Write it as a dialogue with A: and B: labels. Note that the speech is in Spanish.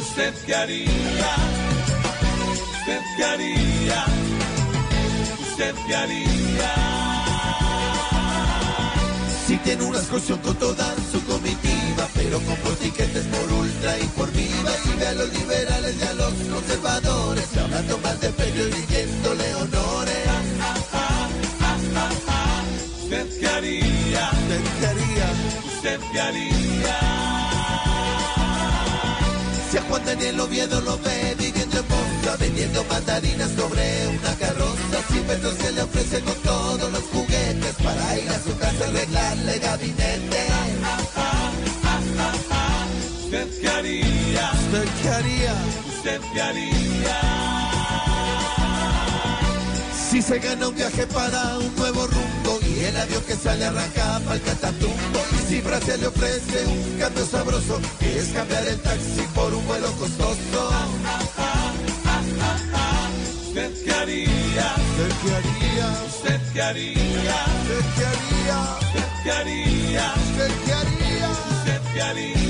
A: ¿Usted qué haría? ¿Usted qué haría? ¿Usted qué haría? Si tiene una excursión con toda su comitiva, pero compro tiquetes por ultra y por viva, si ve a los liberales y a los conservadores, hablando mal de periodismo y yéndole honores. Ah, ah, ah, ah, ah, ah. ¿Usted qué haría? ¿Usted qué haría? ¿Usted qué haría? Si a Juan Daniel Oviedo lo ve viviendo en Monza, vendiendo mandarinas sobre una carroza. Si Pedro se le ofrece con todos los juguetes para ir a su casa a arreglarle gabinete. Ah, ah, ah, ah, ah. ¿Usted qué haría? ¿Usted qué haría? ¿Usted qué haría? Si se gana un viaje para un nuevo rumbo y el avión que sale arranca para el catatumbo y si Francia le ofrece un cambio sabroso que es cambiar el taxi por un vuelo costoso. Ah, ah, ah, ah, ah. ¿Usted qué haría? ¿Usted qué haría? ¿Usted qué haría? ¿Usted qué haría? ¿Usted qué haría? ¿Usted qué haría? ¿Usted qué haría?